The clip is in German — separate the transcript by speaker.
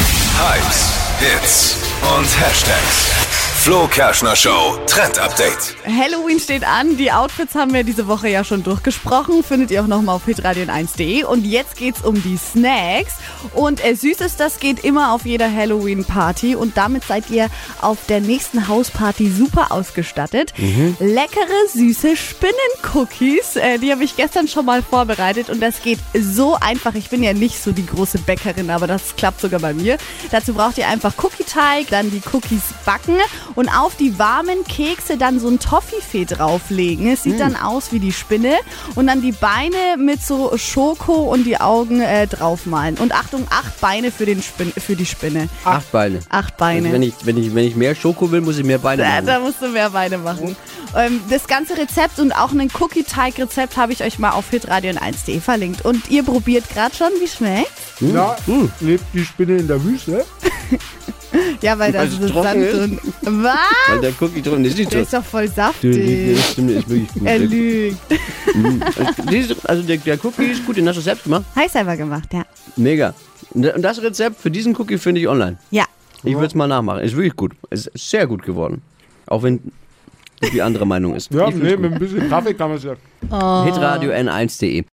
Speaker 1: Hypes, Hits und Hashtags. Flo Kerschner Show Trend Update.
Speaker 2: Halloween steht an. Die Outfits haben wir diese Woche ja schon durchgesprochen. Findet ihr auch nochmal auf hitradion1.de. Und jetzt geht's um die Snacks. Und äh, süß ist das geht immer auf jeder Halloween-Party. Und damit seid ihr auf der nächsten Hausparty super ausgestattet. Leckere, süße Spinnen-Cookies. Äh, die habe ich gestern schon mal vorbereitet. Und das geht so einfach. Ich bin ja nicht so die große Bäckerin, aber das klappt sogar bei mir. Dazu braucht ihr einfach Cookie-Teig, dann die Cookies backen und auf die warmen Kekse dann so ein Toffifee drauflegen.
Speaker 3: Mm.
Speaker 2: Es sieht dann aus wie die Spinne und dann die Beine mit so Schoko und die Augen äh, draufmalen. Und Achtung, acht Beine für, den Spin für die Spinne.
Speaker 3: Acht Beine.
Speaker 2: Acht
Speaker 3: Also
Speaker 2: Ah, Beine.
Speaker 3: wenn, ich, wenn, ich, wenn ich mehr Schoko will, muss ich mehr Beine
Speaker 2: Da, da
Speaker 3: machen.
Speaker 2: musst du mehr Beine machen. Ähm, das ganze Rezept und auch ein Cookie-Teig-Rezept habe ich euch mal auf hitradion1.de verlinkt. Und ihr probiert gerade schon, wie schmeckt?
Speaker 4: Na, lebt die Spinne in der Wüste?
Speaker 2: Ja, weil das
Speaker 3: es
Speaker 2: ist
Speaker 3: trocken
Speaker 2: Sand
Speaker 3: ist.
Speaker 2: und... Was?
Speaker 3: Weil der Cookie drin ist nicht
Speaker 2: Der
Speaker 3: so.
Speaker 2: ist doch voll
Speaker 3: Du, nee,
Speaker 2: saftig.
Speaker 3: das stimmt, ist wirklich gut.
Speaker 2: Er
Speaker 3: Der-
Speaker 2: lügt.
Speaker 3: Die ist- Also der, der Cookie ist gut, den hast du selbst gemacht.
Speaker 2: Heiß selber gemacht, ja.
Speaker 3: Mega. Und und das Rezept für diesen Cookie finde ich online.
Speaker 2: Ja.
Speaker 3: Ich würde es mal nachmachen. Ist wirklich gut. Ist sehr gut geworden. Auch wenn die andere Meinung ist.
Speaker 4: Ja,
Speaker 3: Ich find's
Speaker 4: nee,
Speaker 3: gut.
Speaker 2: Oh.
Speaker 4: mit ein bisschen Kaffee kann man es ja.
Speaker 3: Hitradio n1.de